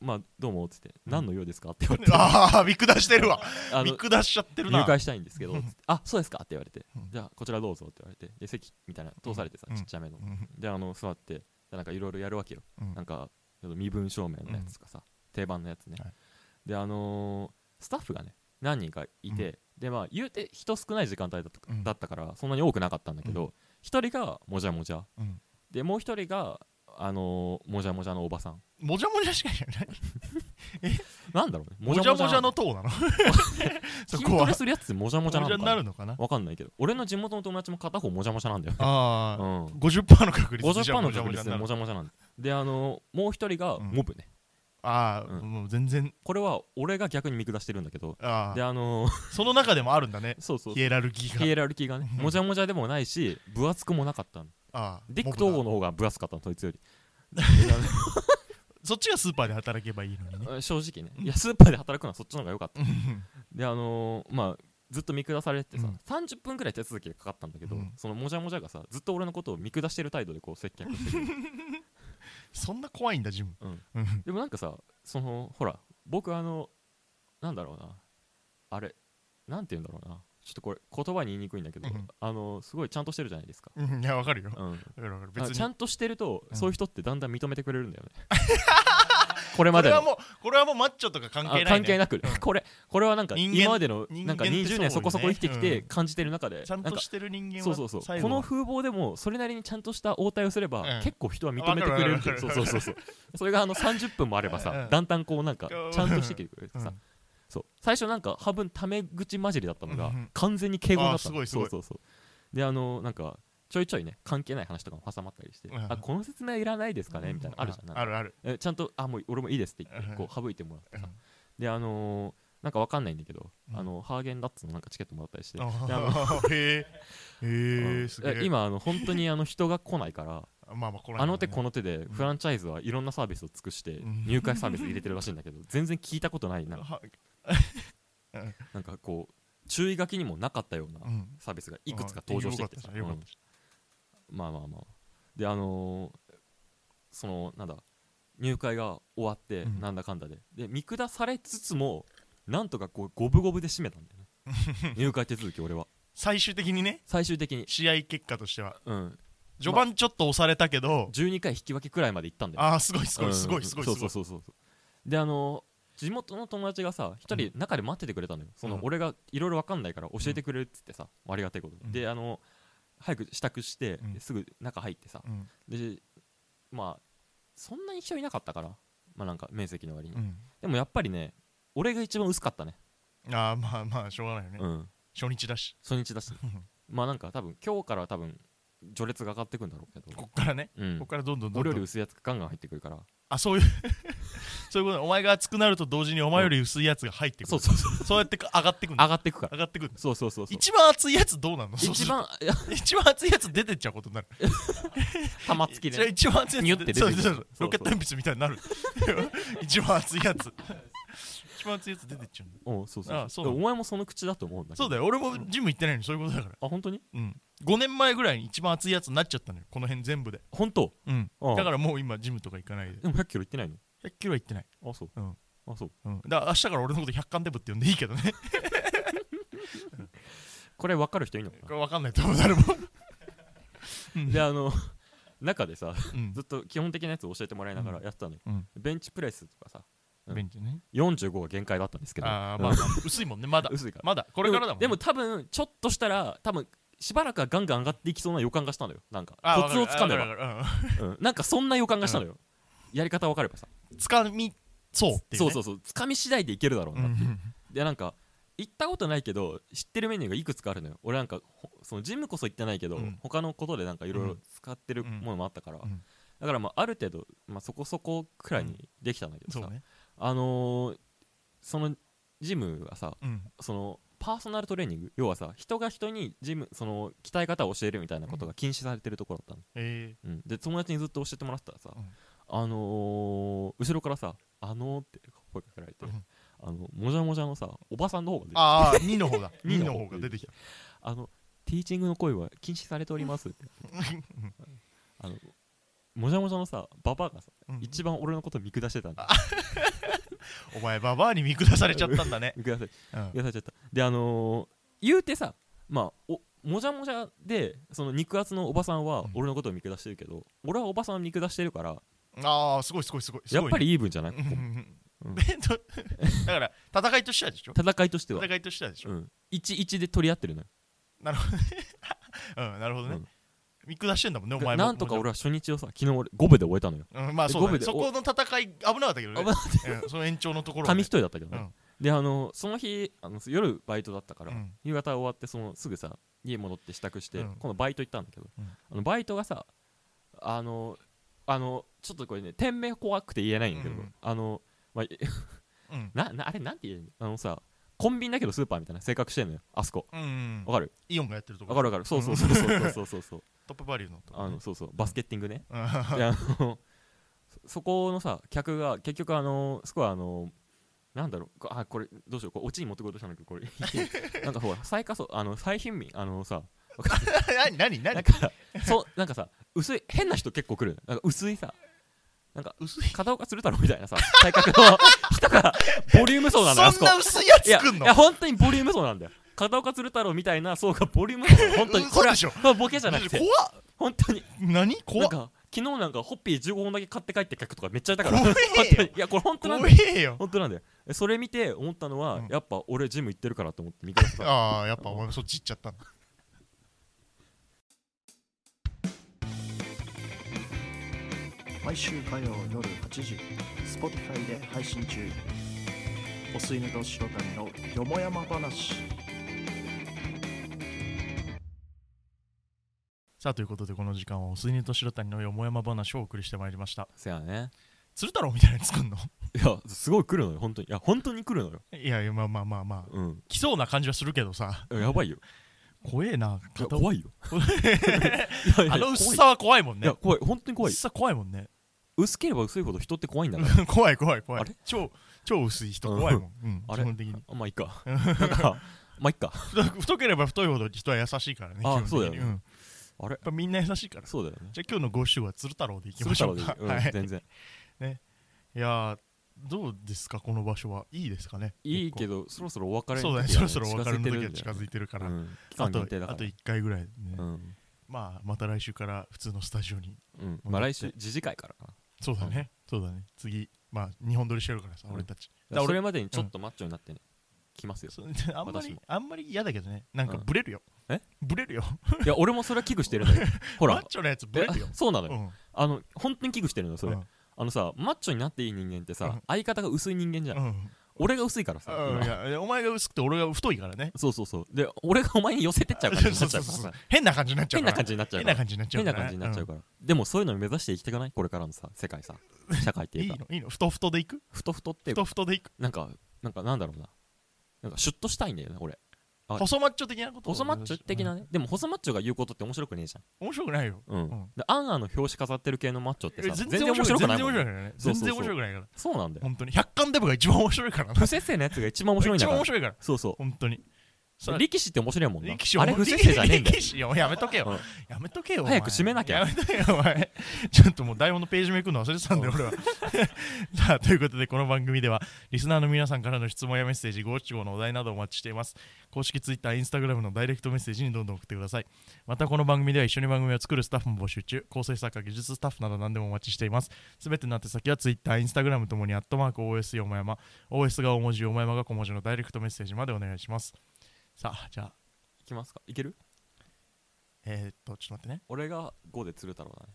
[SPEAKER 3] まあ、どうもっつって、
[SPEAKER 2] うん
[SPEAKER 3] 何の用ですかって言われて、
[SPEAKER 2] ああ見下してるわ
[SPEAKER 3] あ
[SPEAKER 2] 見
[SPEAKER 3] の
[SPEAKER 2] 下しちゃってる
[SPEAKER 3] 入
[SPEAKER 2] な
[SPEAKER 3] 会したいんですけど、
[SPEAKER 2] う
[SPEAKER 3] つ
[SPEAKER 2] ん
[SPEAKER 3] ってあそうですかって言われて
[SPEAKER 2] うん、
[SPEAKER 3] じゃあ、こちらどうぞって言われて、で席みたいな、通されてさ、
[SPEAKER 2] うん
[SPEAKER 3] ちっちゃめの
[SPEAKER 2] う。ん
[SPEAKER 3] で、あの座って、でなんかいろいろやるわけよ。
[SPEAKER 2] うん
[SPEAKER 3] なんか、身分証明のやつとかさ、定番のやつね
[SPEAKER 2] はい。
[SPEAKER 3] で、あのー、スタッフがね、何人かいて、で、まあ、言うて人少ない時間帯だった
[SPEAKER 2] うん
[SPEAKER 3] だったから、そんなに多くなかったんだけど、一人がもじゃもじゃ、
[SPEAKER 2] うん
[SPEAKER 3] で、もう一人が、あのー、もじゃもじゃのおばさん。
[SPEAKER 2] もじゃもじゃしかいない
[SPEAKER 3] なんだろうね、
[SPEAKER 2] もじゃもじゃの塔な
[SPEAKER 3] <laughs>
[SPEAKER 2] のそ
[SPEAKER 3] 筋
[SPEAKER 2] こ
[SPEAKER 3] ト
[SPEAKER 2] は
[SPEAKER 3] レ
[SPEAKER 2] もじ
[SPEAKER 3] するやつってもじゃもじゃ
[SPEAKER 2] ゃ
[SPEAKER 3] なの
[SPEAKER 2] に
[SPEAKER 3] か
[SPEAKER 2] な
[SPEAKER 3] な
[SPEAKER 2] るのかな
[SPEAKER 3] わかんないけど俺の地元の友達も片方もじゃもじゃなんだよ、
[SPEAKER 2] あ
[SPEAKER 3] う
[SPEAKER 2] あ
[SPEAKER 3] ん、
[SPEAKER 2] 50%の確率でじゃ
[SPEAKER 3] 50%
[SPEAKER 2] あ
[SPEAKER 3] の
[SPEAKER 2] もじゃ
[SPEAKER 3] 確
[SPEAKER 2] もじゃ
[SPEAKER 3] 率
[SPEAKER 2] に
[SPEAKER 3] で
[SPEAKER 2] な
[SPEAKER 3] も
[SPEAKER 2] る
[SPEAKER 3] じゃもじゃなんだであのもう一人が
[SPEAKER 2] うん
[SPEAKER 3] モブね、
[SPEAKER 2] ああ
[SPEAKER 3] うん
[SPEAKER 2] もう全然
[SPEAKER 3] これは俺が逆に見下してるんだけど
[SPEAKER 2] あ
[SPEAKER 3] で
[SPEAKER 2] あ
[SPEAKER 3] あの <laughs>
[SPEAKER 2] その中でもあるんだね
[SPEAKER 3] そうそう
[SPEAKER 2] ヒエラルギーが
[SPEAKER 3] ヒエラルキーがねもじゃもじゃでもないし分厚くもなかったの
[SPEAKER 2] ああ
[SPEAKER 3] ディック
[SPEAKER 2] モブ
[SPEAKER 3] 統
[SPEAKER 2] だ
[SPEAKER 3] 合の方が分厚かったのそい
[SPEAKER 2] <laughs>
[SPEAKER 3] つより
[SPEAKER 2] そっちがスーパーで働けばいいのにね <laughs>
[SPEAKER 3] うん <laughs> 正直ねいやスーパーで働くのはそっちの方が良かったであのーまあずっと見下されてさ、
[SPEAKER 2] うん
[SPEAKER 3] 30分くらい手続きがかかったんだけど、
[SPEAKER 2] うん
[SPEAKER 3] そのもじゃもじゃがさずっと俺のことを見下してる態度でこう接客してくる
[SPEAKER 2] そんな怖いんだジム
[SPEAKER 3] うん
[SPEAKER 2] うん
[SPEAKER 3] でもなんかさそのほら僕あのなんだろうなあれなんて言うんだろうなちょっとこれ言葉に言いにくいんだけど、
[SPEAKER 2] うん
[SPEAKER 3] あのすごいちゃんとしてるじゃないですか、
[SPEAKER 2] うんいやわかるよ、
[SPEAKER 3] うん、
[SPEAKER 2] わかるわかる
[SPEAKER 3] あ
[SPEAKER 2] <laughs> 別に
[SPEAKER 3] ちゃんとしてると、
[SPEAKER 2] うん
[SPEAKER 3] そういう人ってだんだん認めてくれる
[SPEAKER 2] <laughs>
[SPEAKER 3] んだよねこれ
[SPEAKER 2] こ
[SPEAKER 3] まで
[SPEAKER 2] れ
[SPEAKER 3] の
[SPEAKER 2] はもうこれはもうマッチョとか関係ない、ね、
[SPEAKER 3] あ関係な
[SPEAKER 2] う
[SPEAKER 3] く、
[SPEAKER 2] ん
[SPEAKER 3] これこれはなんか
[SPEAKER 2] 人間
[SPEAKER 3] 今までの
[SPEAKER 2] 人間
[SPEAKER 3] なんか
[SPEAKER 2] って
[SPEAKER 3] 20年
[SPEAKER 2] そ
[SPEAKER 3] そう
[SPEAKER 2] よね
[SPEAKER 3] こそこ生きてきて
[SPEAKER 2] うん
[SPEAKER 3] 感じてる中で、
[SPEAKER 2] ちゃん
[SPEAKER 3] なん
[SPEAKER 2] と
[SPEAKER 3] か
[SPEAKER 2] してる人間は
[SPEAKER 3] そうそうそう
[SPEAKER 2] 最
[SPEAKER 3] こ
[SPEAKER 2] 後
[SPEAKER 3] の
[SPEAKER 2] は
[SPEAKER 3] 風貌でもそれなりにちゃんとした応対をすれば、
[SPEAKER 2] うん
[SPEAKER 3] 結構人は認めてくれるっていう
[SPEAKER 2] わ
[SPEAKER 3] そ
[SPEAKER 2] か
[SPEAKER 3] う
[SPEAKER 2] るわかるわかる
[SPEAKER 3] そうそうそうそれがあの30分もあればさ、
[SPEAKER 2] うん
[SPEAKER 3] だんだんこうなんか
[SPEAKER 2] うん
[SPEAKER 3] ちゃんとしてきてくれるさ、
[SPEAKER 2] うん
[SPEAKER 3] そう最初なんか半分タメ口混じりだったのが、
[SPEAKER 2] うんうん
[SPEAKER 3] 完全に敬語にな
[SPEAKER 2] あー
[SPEAKER 3] った
[SPEAKER 2] す
[SPEAKER 3] の
[SPEAKER 2] ごいすごい
[SPEAKER 3] そうそうそうであのなんかちょいちょいね関係ない話とかも挟まったりして、
[SPEAKER 2] うんうん
[SPEAKER 3] あこの説明いらないですかねみたいなのあるじゃんなんか
[SPEAKER 2] あるある
[SPEAKER 3] えちゃんとあもう俺もいいですって言って
[SPEAKER 2] うん
[SPEAKER 3] こう省いてもらってさ
[SPEAKER 2] うん
[SPEAKER 3] であのーなんかわかんないんだけど、
[SPEAKER 2] うん
[SPEAKER 3] あのハーゲンダッツのなんかチケットもらったりして、
[SPEAKER 2] あ
[SPEAKER 3] であの
[SPEAKER 2] ーへえへ
[SPEAKER 3] <laughs> う
[SPEAKER 2] え
[SPEAKER 3] ん
[SPEAKER 2] すげえ
[SPEAKER 3] え今あの本当にあの人が来ないから
[SPEAKER 2] <laughs> まあまあこ
[SPEAKER 3] あの手こ
[SPEAKER 2] の
[SPEAKER 3] の手でフランチャイズはいろんなサービスを尽くして
[SPEAKER 2] うん
[SPEAKER 3] 入会サービス入れてるらしいんだけど全然聞いたことないな
[SPEAKER 2] は
[SPEAKER 3] なんかこう注意書きにもなかったような
[SPEAKER 2] うん
[SPEAKER 3] サービスがいくつか登場してきてさ、
[SPEAKER 2] あよかった
[SPEAKER 3] うんまあまあまあであのーそのなんだ入会が終わって
[SPEAKER 2] うん
[SPEAKER 3] なんだかんだで、で見下されつつもなんとかこう五分五分で締めたんだ
[SPEAKER 2] <laughs>
[SPEAKER 3] よね入会手続き俺は
[SPEAKER 2] 最終的にね
[SPEAKER 3] 最終的に、
[SPEAKER 2] 試合結果としては
[SPEAKER 3] うん、
[SPEAKER 2] 序盤ちょっと押されたけど、
[SPEAKER 3] 12回引き分けくらいまで行ったんだよ
[SPEAKER 2] ああーすごいすご
[SPEAKER 3] う
[SPEAKER 2] い
[SPEAKER 3] ん
[SPEAKER 2] すごいすごいす
[SPEAKER 3] そ
[SPEAKER 2] ご
[SPEAKER 3] う
[SPEAKER 2] い
[SPEAKER 3] そうそうそうそうであの地元の友達がさ一人中で待っててくれたのよ、その
[SPEAKER 2] うん
[SPEAKER 3] 俺がいろいろ分かんないから教えてくれるっつってさ、ありがたいことに、
[SPEAKER 2] うん
[SPEAKER 3] であの早く支度して、
[SPEAKER 2] うん
[SPEAKER 3] すぐ中入ってさ
[SPEAKER 2] うん
[SPEAKER 3] でまあそんなに人いなかったからまあなんか面積の割に、
[SPEAKER 2] うん
[SPEAKER 3] でもやっぱりね俺が一番薄かったね、
[SPEAKER 2] ああまあまあしょうがないよね、
[SPEAKER 3] うん、
[SPEAKER 2] 初日だし
[SPEAKER 3] 初日だしまあなんか多分今日から多分序列が上がってくんだろうけど
[SPEAKER 2] こ、っからね、
[SPEAKER 3] うん
[SPEAKER 2] こっ、からどんどんどんど
[SPEAKER 3] 俺より
[SPEAKER 2] ん
[SPEAKER 3] 薄いやつがガンガン入ってくるから
[SPEAKER 2] あそういう <laughs> そういうことねお前が熱くなると同時にお前より薄いやつが入ってくる、
[SPEAKER 3] そうそうそう
[SPEAKER 2] そうやって上がってくる
[SPEAKER 3] 上がってくから
[SPEAKER 2] 上がってくる
[SPEAKER 3] そうそうそうそう
[SPEAKER 2] 一番熱いやつどうなんのそう
[SPEAKER 3] 一番いや
[SPEAKER 2] そう一番熱いやつ出てっちゃうことになる
[SPEAKER 3] 玉突きで、ね、
[SPEAKER 2] 一番熱いやつ
[SPEAKER 3] ニュッて出てく
[SPEAKER 2] そう
[SPEAKER 3] る
[SPEAKER 2] そうそう
[SPEAKER 3] そう
[SPEAKER 2] ロケット鉛筆みたいになる <laughs> 一番熱いやつ一番熱いやつ出てっちゃうんだ
[SPEAKER 3] おうそうそう
[SPEAKER 2] ああそうなの
[SPEAKER 3] お前もその口だと思うんだけど
[SPEAKER 2] そうだよ俺もジム行ってないのにそういうことだから
[SPEAKER 3] あ本当に
[SPEAKER 2] うん5年前ぐらいに一番熱いやつになっちゃったのよこの辺全部で
[SPEAKER 3] 本当
[SPEAKER 2] うん
[SPEAKER 3] ああ
[SPEAKER 2] だからもう今ジムとか行かないで
[SPEAKER 3] でも100キロいってないの
[SPEAKER 2] 100キロは行ってない
[SPEAKER 3] あそう、
[SPEAKER 2] うん
[SPEAKER 3] あそう
[SPEAKER 2] うんだから明日から俺のこと100巻デブって呼んでいいけどね
[SPEAKER 3] <laughs> これ分かる人いるの
[SPEAKER 2] こ
[SPEAKER 3] か
[SPEAKER 2] れ分かんないと思う誰も
[SPEAKER 3] なであの <laughs> 中でさ
[SPEAKER 2] うん
[SPEAKER 3] ずっと基本的なやつを教えてもらいながらやってたのよ、
[SPEAKER 2] うん
[SPEAKER 3] ベンチプレスとかさ
[SPEAKER 2] ベンチね
[SPEAKER 3] 45が限界だったんですけど
[SPEAKER 2] ああまあまあ薄いもんねまだ
[SPEAKER 3] 薄いから
[SPEAKER 2] まだこれからだもん
[SPEAKER 3] で
[SPEAKER 2] ね
[SPEAKER 3] もで多分ちょっとしたら多分しばらくはガンガン上がっていきそうな予感がしたのよなんか
[SPEAKER 2] ああ
[SPEAKER 3] コツをつかめ
[SPEAKER 2] わ
[SPEAKER 3] ば、
[SPEAKER 2] るわかるわかる
[SPEAKER 3] うん、なんかそんな予感がしたのよ、やり方分かればさ、
[SPEAKER 2] うんつかみそうっていう
[SPEAKER 3] そう
[SPEAKER 2] ね
[SPEAKER 3] そうそうつかみ次第でいけるだろうな
[SPEAKER 2] うん
[SPEAKER 3] でなんか行ったことないけど知ってるメニューがいくつかあるのよ俺なんかほそのジムこそ行ってないけど、
[SPEAKER 2] うん
[SPEAKER 3] 他のことでなんかいろいうろ
[SPEAKER 2] ん
[SPEAKER 3] 使ってるものもあったから、
[SPEAKER 2] うん
[SPEAKER 3] だからまあある程度、まあ、そこそこくらいにできたんだけどさ、
[SPEAKER 2] そうね
[SPEAKER 3] あのーそのジムはさ
[SPEAKER 2] うん
[SPEAKER 3] そのパーソナルトレーニング要はさ人が人にジムその鍛え方を教えるみたいなことが禁止されてるところだったの、
[SPEAKER 2] え
[SPEAKER 3] うん、で友達にずっと教えてもらってたらさ、
[SPEAKER 2] うん
[SPEAKER 3] あのー後ろからさ「あのー」って声かけられて、
[SPEAKER 2] うん
[SPEAKER 3] あのもじゃもじゃのさおばさんの方が出て
[SPEAKER 2] ー
[SPEAKER 3] きて
[SPEAKER 2] ああ2の方だ
[SPEAKER 3] <laughs> 二
[SPEAKER 2] 2
[SPEAKER 3] の
[SPEAKER 2] の
[SPEAKER 3] 方
[SPEAKER 2] 方が出てきた
[SPEAKER 3] あのティーチングの行為は禁止されておりますって
[SPEAKER 2] <laughs>
[SPEAKER 3] あのもじゃもじゃのさババアがさ、
[SPEAKER 2] うん
[SPEAKER 3] 一番俺のこと見下してたんだ
[SPEAKER 2] お前ババアに見下されちゃったんだね
[SPEAKER 3] 見下され
[SPEAKER 2] うん
[SPEAKER 3] 見下されちゃったであのー、言うてさまあおもじゃもじゃでその肉厚のおばさんは
[SPEAKER 2] うん
[SPEAKER 3] 俺のことを見下してるけど、俺はおばさんを見下してるから
[SPEAKER 2] ああすごいすごいすごいす
[SPEAKER 3] や
[SPEAKER 2] ごいね
[SPEAKER 3] っぱりイーブンじゃない、
[SPEAKER 2] うん
[SPEAKER 3] う
[SPEAKER 2] うんん <laughs> だから戦いとしてはでしょ
[SPEAKER 3] 戦いとしては、
[SPEAKER 2] 戦いとしてはでしょ、
[SPEAKER 3] うん、11で取り合ってるのよ
[SPEAKER 2] うん、なるほどね、
[SPEAKER 3] うん
[SPEAKER 2] 見下してんだもんねお前も
[SPEAKER 3] なんとか俺は初日をさ昨日俺5部で終えたのよ
[SPEAKER 2] うん、まあそうだ
[SPEAKER 3] 五分
[SPEAKER 2] ね
[SPEAKER 3] で
[SPEAKER 2] そこの戦い危なかったけどね
[SPEAKER 3] 危な
[SPEAKER 2] うんその延長のところは
[SPEAKER 3] 紙
[SPEAKER 2] ね、
[SPEAKER 3] 一重だったけどね、
[SPEAKER 2] うん
[SPEAKER 3] であのその日あの夜バイトだったから、
[SPEAKER 2] うん
[SPEAKER 3] 夕方終わってそのすぐさ家戻って支度して、
[SPEAKER 2] うん
[SPEAKER 3] 今度バイト行ったんだけど、
[SPEAKER 2] うん
[SPEAKER 3] あのバイトがさあのあのちょっとこれね店名怖くて言えないんだけど、
[SPEAKER 2] うん
[SPEAKER 3] あの、まあ、え
[SPEAKER 2] うん
[SPEAKER 3] ななあれなんて言えんのあのさコンビニだけどスーパーみたいな性格してんのよあそこ
[SPEAKER 2] うんうん
[SPEAKER 3] わかる
[SPEAKER 2] イオンがやってるとこ
[SPEAKER 3] わかるわかるそうそうそうそうそうそうそう
[SPEAKER 2] トップバリューのとこ
[SPEAKER 3] あのそうそうバスケッティングね
[SPEAKER 2] うん
[SPEAKER 3] であのそそこのさ客が結局あのすごいあのなんだろうこあこれどうしようこれオチに持ってこようとしたんだけど
[SPEAKER 2] <laughs>
[SPEAKER 3] これなんかほら最下層あの最貧民あのさわかる
[SPEAKER 2] <laughs> 何何
[SPEAKER 3] なん
[SPEAKER 2] 何
[SPEAKER 3] かそうなんかさ薄い変な人結構来るなんか薄いさなんか
[SPEAKER 2] 薄い
[SPEAKER 3] 片岡鶴太郎みたいなさ体格の人がボリューム層なんだよあそ
[SPEAKER 2] そん
[SPEAKER 3] こ
[SPEAKER 2] な薄いや
[SPEAKER 3] いや
[SPEAKER 2] つくん
[SPEAKER 3] い
[SPEAKER 2] の
[SPEAKER 3] や本当にボリューム層なんだよ片岡鶴太郎みたいな層がボリュ
[SPEAKER 2] <laughs>
[SPEAKER 3] ームある本当に
[SPEAKER 2] 嘘
[SPEAKER 3] これは
[SPEAKER 2] でしょ
[SPEAKER 3] これはボケじゃなく
[SPEAKER 2] 怖
[SPEAKER 3] て
[SPEAKER 2] っ
[SPEAKER 3] 本当に
[SPEAKER 2] 何
[SPEAKER 3] な
[SPEAKER 2] 怖
[SPEAKER 3] ん
[SPEAKER 2] っ
[SPEAKER 3] か昨日なんかホッピー15本だけ買って帰って客とかめっちゃいたから
[SPEAKER 2] 怖
[SPEAKER 3] 本
[SPEAKER 2] えよ
[SPEAKER 3] 当にいやこれ本当なん
[SPEAKER 2] 怖
[SPEAKER 3] だよ
[SPEAKER 2] えよ
[SPEAKER 3] 本当なんだよえそれ見て思ったのは、
[SPEAKER 2] うん
[SPEAKER 3] やっぱ俺ジム行ってるからと思って見返した
[SPEAKER 2] ああやっぱお前そっち行っちゃったんだ
[SPEAKER 4] 毎週火曜夜8時 Spotify で配信中お吸い寝と白谷のよもやま話
[SPEAKER 2] さあということでこの時間はおすいねと白谷のよもやま話をお送りしてまいりました
[SPEAKER 3] せやね
[SPEAKER 2] 鶴太郎みたいなやつ来んの
[SPEAKER 3] いやすごい来るのよ本当にいや本当に来るのよ
[SPEAKER 2] いやいやまあまあまあまあ
[SPEAKER 3] うん
[SPEAKER 2] 来そうな感じはするけどさ
[SPEAKER 3] やばいよ
[SPEAKER 2] 怖えない
[SPEAKER 3] や
[SPEAKER 2] 片岡
[SPEAKER 3] 怖 <laughs> いよいやいや
[SPEAKER 2] あの薄
[SPEAKER 3] 怖い
[SPEAKER 2] さは怖いもん
[SPEAKER 3] い
[SPEAKER 2] ね
[SPEAKER 3] や怖い本当に怖い
[SPEAKER 2] 薄さ怖いもんね
[SPEAKER 3] 薄ければ薄いほど人って怖いんだな
[SPEAKER 2] 怖い怖い怖
[SPEAKER 3] あ
[SPEAKER 2] い
[SPEAKER 3] れ
[SPEAKER 2] 超超薄い人怖いもん、うん、
[SPEAKER 3] あ
[SPEAKER 2] 基
[SPEAKER 3] れ
[SPEAKER 2] 本的に
[SPEAKER 3] <laughs> まあいいかなんかまあいっか
[SPEAKER 2] 太 <laughs> 太ければ太いほど人は優しいからね
[SPEAKER 3] あ
[SPEAKER 2] 基本的に
[SPEAKER 3] そうだよね
[SPEAKER 2] ん、
[SPEAKER 3] あれ
[SPEAKER 2] やっぱみんな優しいから
[SPEAKER 3] そうだよね
[SPEAKER 2] じゃあ今日の五州は鶴太郎でいき
[SPEAKER 3] 鶴
[SPEAKER 2] まし
[SPEAKER 3] 太
[SPEAKER 2] ょ
[SPEAKER 3] 郎
[SPEAKER 2] う
[SPEAKER 3] でいい
[SPEAKER 2] か。
[SPEAKER 3] うん
[SPEAKER 2] はい、
[SPEAKER 3] 全然
[SPEAKER 2] いやーどうですかこの場所はいいですかね。
[SPEAKER 3] いいけ
[SPEAKER 2] ど
[SPEAKER 3] どそろそろお別れの時
[SPEAKER 2] そうだねそろそろお別れの時は近
[SPEAKER 3] づい
[SPEAKER 2] づいてる
[SPEAKER 3] か
[SPEAKER 2] から、
[SPEAKER 3] うん、期
[SPEAKER 2] あ
[SPEAKER 3] 間
[SPEAKER 2] と
[SPEAKER 3] 限定だ
[SPEAKER 2] あ
[SPEAKER 3] か
[SPEAKER 2] と
[SPEAKER 3] ら
[SPEAKER 2] 1回ぐらいね、
[SPEAKER 3] うん
[SPEAKER 2] まあまた来週から普通のスタジオに
[SPEAKER 3] うんまあ来週次次回からかな
[SPEAKER 2] そうだね、そうだね次まあ日本撮りしてるからさ、
[SPEAKER 3] うん
[SPEAKER 2] 俺たち
[SPEAKER 3] だから
[SPEAKER 2] 俺
[SPEAKER 3] それまでにちょっとマッチョになってね、来ますよ
[SPEAKER 2] そあんま
[SPEAKER 3] <laughs> 私
[SPEAKER 2] り
[SPEAKER 3] も
[SPEAKER 2] あんまり嫌だけどねなんか
[SPEAKER 3] うん
[SPEAKER 2] ブレるよ、
[SPEAKER 3] え
[SPEAKER 2] ブレるよ
[SPEAKER 3] いや俺もそれは危惧してる
[SPEAKER 2] <laughs>
[SPEAKER 3] のよほ
[SPEAKER 2] マ
[SPEAKER 3] ら
[SPEAKER 2] ッチョのやつブレるよ
[SPEAKER 3] いやそうなの
[SPEAKER 2] う
[SPEAKER 3] よ、
[SPEAKER 2] ん
[SPEAKER 3] あの本当に危惧してるのよそれ、
[SPEAKER 2] うん
[SPEAKER 3] あのさマッチョになっていい人間ってさ、
[SPEAKER 2] うん
[SPEAKER 3] 相方が薄い人間じゃん、
[SPEAKER 2] うん
[SPEAKER 3] 俺が薄いからさ、
[SPEAKER 2] うん
[SPEAKER 3] 今
[SPEAKER 2] いやいやお前が薄くて俺が太いからね
[SPEAKER 3] そうそうそうで俺がお前に寄せてっちゃう感じにな
[SPEAKER 2] そ
[SPEAKER 3] っ
[SPEAKER 2] う
[SPEAKER 3] ちゃ
[SPEAKER 2] <laughs> そうう
[SPEAKER 3] から
[SPEAKER 2] そ
[SPEAKER 3] さ
[SPEAKER 2] う変な感じになっちゃう
[SPEAKER 3] 変
[SPEAKER 2] から
[SPEAKER 3] な感じになっちゃう
[SPEAKER 2] 変な
[SPEAKER 3] から
[SPEAKER 2] 感じになっちゃう
[SPEAKER 3] 変
[SPEAKER 2] から
[SPEAKER 3] な感じになっちゃう
[SPEAKER 2] か
[SPEAKER 3] から、でもそういうのを目指していきたくないこれからのさ世界
[SPEAKER 2] <laughs>
[SPEAKER 3] さ社会って
[SPEAKER 2] ら
[SPEAKER 3] い
[SPEAKER 2] いうい
[SPEAKER 3] か
[SPEAKER 2] のいいの太太でいく
[SPEAKER 3] ふとふとっていうか
[SPEAKER 2] 太太でいく
[SPEAKER 3] なんかなんかなんだろうななんかシュッとしたいんだよね俺はい
[SPEAKER 2] 細マッチョ的なこと
[SPEAKER 3] 細マッチョ的なね、でも細マッチョが言うことって面白くねえじ
[SPEAKER 2] 面白くないよ
[SPEAKER 3] ゃんうん、
[SPEAKER 2] うん
[SPEAKER 3] でアンアンの表紙飾ってる系のマッチョって
[SPEAKER 2] え
[SPEAKER 3] さ
[SPEAKER 2] 全然面白くない全然面白くない
[SPEAKER 3] い
[SPEAKER 2] からね
[SPEAKER 3] そ
[SPEAKER 2] 全
[SPEAKER 3] うそうそう
[SPEAKER 2] 然面白くないから
[SPEAKER 3] そうなんだよ
[SPEAKER 2] 本当に百貫デブが一番面白いからな
[SPEAKER 3] 不摂生のやつが一番面白い
[SPEAKER 2] 一
[SPEAKER 3] んだか
[SPEAKER 2] 番
[SPEAKER 3] ら
[SPEAKER 2] 面白いから
[SPEAKER 3] そうそう
[SPEAKER 2] 本当にさ
[SPEAKER 3] 力士って面白いもんな
[SPEAKER 2] 力士
[SPEAKER 3] あれ不摂生じゃねえんだよ
[SPEAKER 2] 力士よやめとけ
[SPEAKER 3] うん
[SPEAKER 2] よやめとけよお前
[SPEAKER 3] 早く締めなきゃ
[SPEAKER 2] やめとけよお前ちょっともう台本のページめくるの忘れてたんだよ俺は <laughs> さあということでこの番組ではリスナーの皆さんからの質問やメッセージご七五のお題などお待ちしています公式 Twitter、Instagram のダイレクトメッセージにどんどん送ってくださいまたこの番組では一緒に番組を作るスタッフも募集中構成作家技術スタッフなど何でもお待ちしていますすべての宛先は Twitter、Instagram ともにアットマーク OS よもやま OS が大文字よもやまが小文字のダイレクトメッセージまでお願いしますさあじゃあ
[SPEAKER 3] いきますかいける
[SPEAKER 2] えー、っとちょっと待ってね
[SPEAKER 3] 俺が5で鶴太郎だね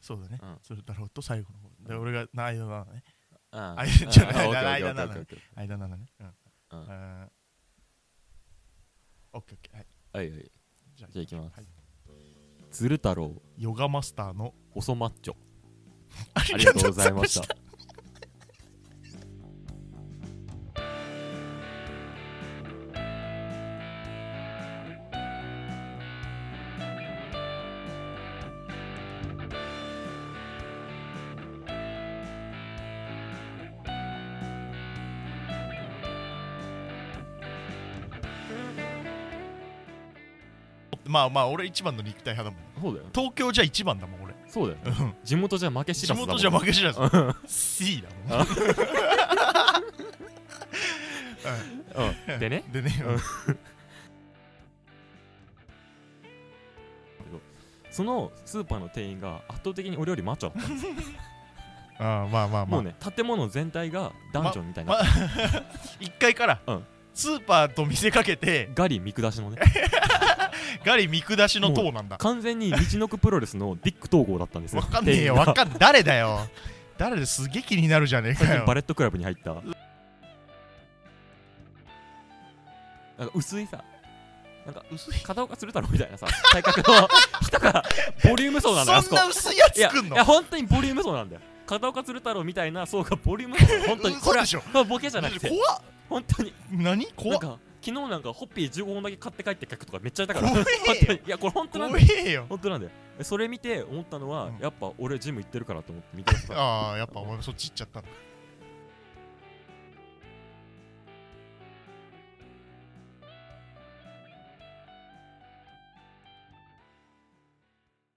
[SPEAKER 2] そうだね、
[SPEAKER 3] うん
[SPEAKER 2] 鶴太郎と最後の方で俺がな間なのね
[SPEAKER 3] あ
[SPEAKER 2] あいやちょっと
[SPEAKER 3] ああ
[SPEAKER 2] 間
[SPEAKER 3] オッケーオッケー
[SPEAKER 2] 間
[SPEAKER 3] オッケーオッケー
[SPEAKER 2] 間なのねうん
[SPEAKER 3] うん
[SPEAKER 2] あーオッケーオッケーはい
[SPEAKER 3] はいはい
[SPEAKER 2] じゃ
[SPEAKER 3] じゃあいきます
[SPEAKER 2] はい
[SPEAKER 3] 鶴太郎
[SPEAKER 2] ヨガマスターの
[SPEAKER 3] 細マッ
[SPEAKER 2] <laughs>
[SPEAKER 3] チョ
[SPEAKER 2] あ
[SPEAKER 3] ありがとうございました
[SPEAKER 2] <laughs> まあまあ俺一番の肉体派だもん
[SPEAKER 3] そうだよね
[SPEAKER 2] 東京じゃ一番だもん俺
[SPEAKER 3] そうだよ
[SPEAKER 2] う
[SPEAKER 3] ね
[SPEAKER 2] ん
[SPEAKER 3] 地元じゃ負け知
[SPEAKER 2] 地
[SPEAKER 3] らずだもん
[SPEAKER 2] 元じゃ負け知らず C だもん
[SPEAKER 3] うんでね
[SPEAKER 2] でねうん
[SPEAKER 3] そのスーパーの店員が圧倒的に俺よりマッチョだったんですよ
[SPEAKER 2] あーまあまあま
[SPEAKER 3] も
[SPEAKER 2] あ
[SPEAKER 3] うね建物全体がダンジョンみたい
[SPEAKER 2] ま
[SPEAKER 3] な
[SPEAKER 2] ま1階から
[SPEAKER 3] うん
[SPEAKER 2] スーパーと見せかけて
[SPEAKER 3] ガリ見下しのね
[SPEAKER 2] ガリ見下しの塔なんだ
[SPEAKER 3] 完全に道のくプロレスのディック統合だったんですよ
[SPEAKER 2] わかんねえよ、
[SPEAKER 3] 店員
[SPEAKER 2] わ
[SPEAKER 3] が
[SPEAKER 2] かん誰だよ。誰ですげえ気になるじゃねえか
[SPEAKER 3] 最
[SPEAKER 2] よ
[SPEAKER 3] 近。バレットクラブに入ったなんか薄いさなんか
[SPEAKER 2] 薄い
[SPEAKER 3] 片岡鶴太郎みたいなさ体格の人がボリューム層なんだよあ
[SPEAKER 2] そ
[SPEAKER 3] こ
[SPEAKER 2] んな薄いや
[SPEAKER 3] い
[SPEAKER 2] つ
[SPEAKER 3] や
[SPEAKER 2] 作んの
[SPEAKER 3] いや本当にボリューム層なんだよ片岡鶴太郎みたいな層がボリューム層なの本当にこ
[SPEAKER 2] 嘘
[SPEAKER 3] れは
[SPEAKER 2] でしょ。
[SPEAKER 3] これはボケじゃなくて
[SPEAKER 2] 怖っ
[SPEAKER 3] 本当に
[SPEAKER 2] 何
[SPEAKER 3] な
[SPEAKER 2] 怖
[SPEAKER 3] ん
[SPEAKER 2] っ
[SPEAKER 3] か昨日なんかホッピー15本だけ買って帰って客とかめっちゃいたから
[SPEAKER 2] 怖え
[SPEAKER 3] 本
[SPEAKER 2] よ
[SPEAKER 3] 当にいやこれ本当なんだ
[SPEAKER 2] 怖
[SPEAKER 3] よ
[SPEAKER 2] えよ。
[SPEAKER 3] 本当なんだよえそれ見て思ったのは、
[SPEAKER 2] うん
[SPEAKER 3] やっぱ俺ジム行ってるからと思って見てまし
[SPEAKER 2] <laughs>
[SPEAKER 3] た
[SPEAKER 2] ああ、やっぱお前そっち行っちゃったの。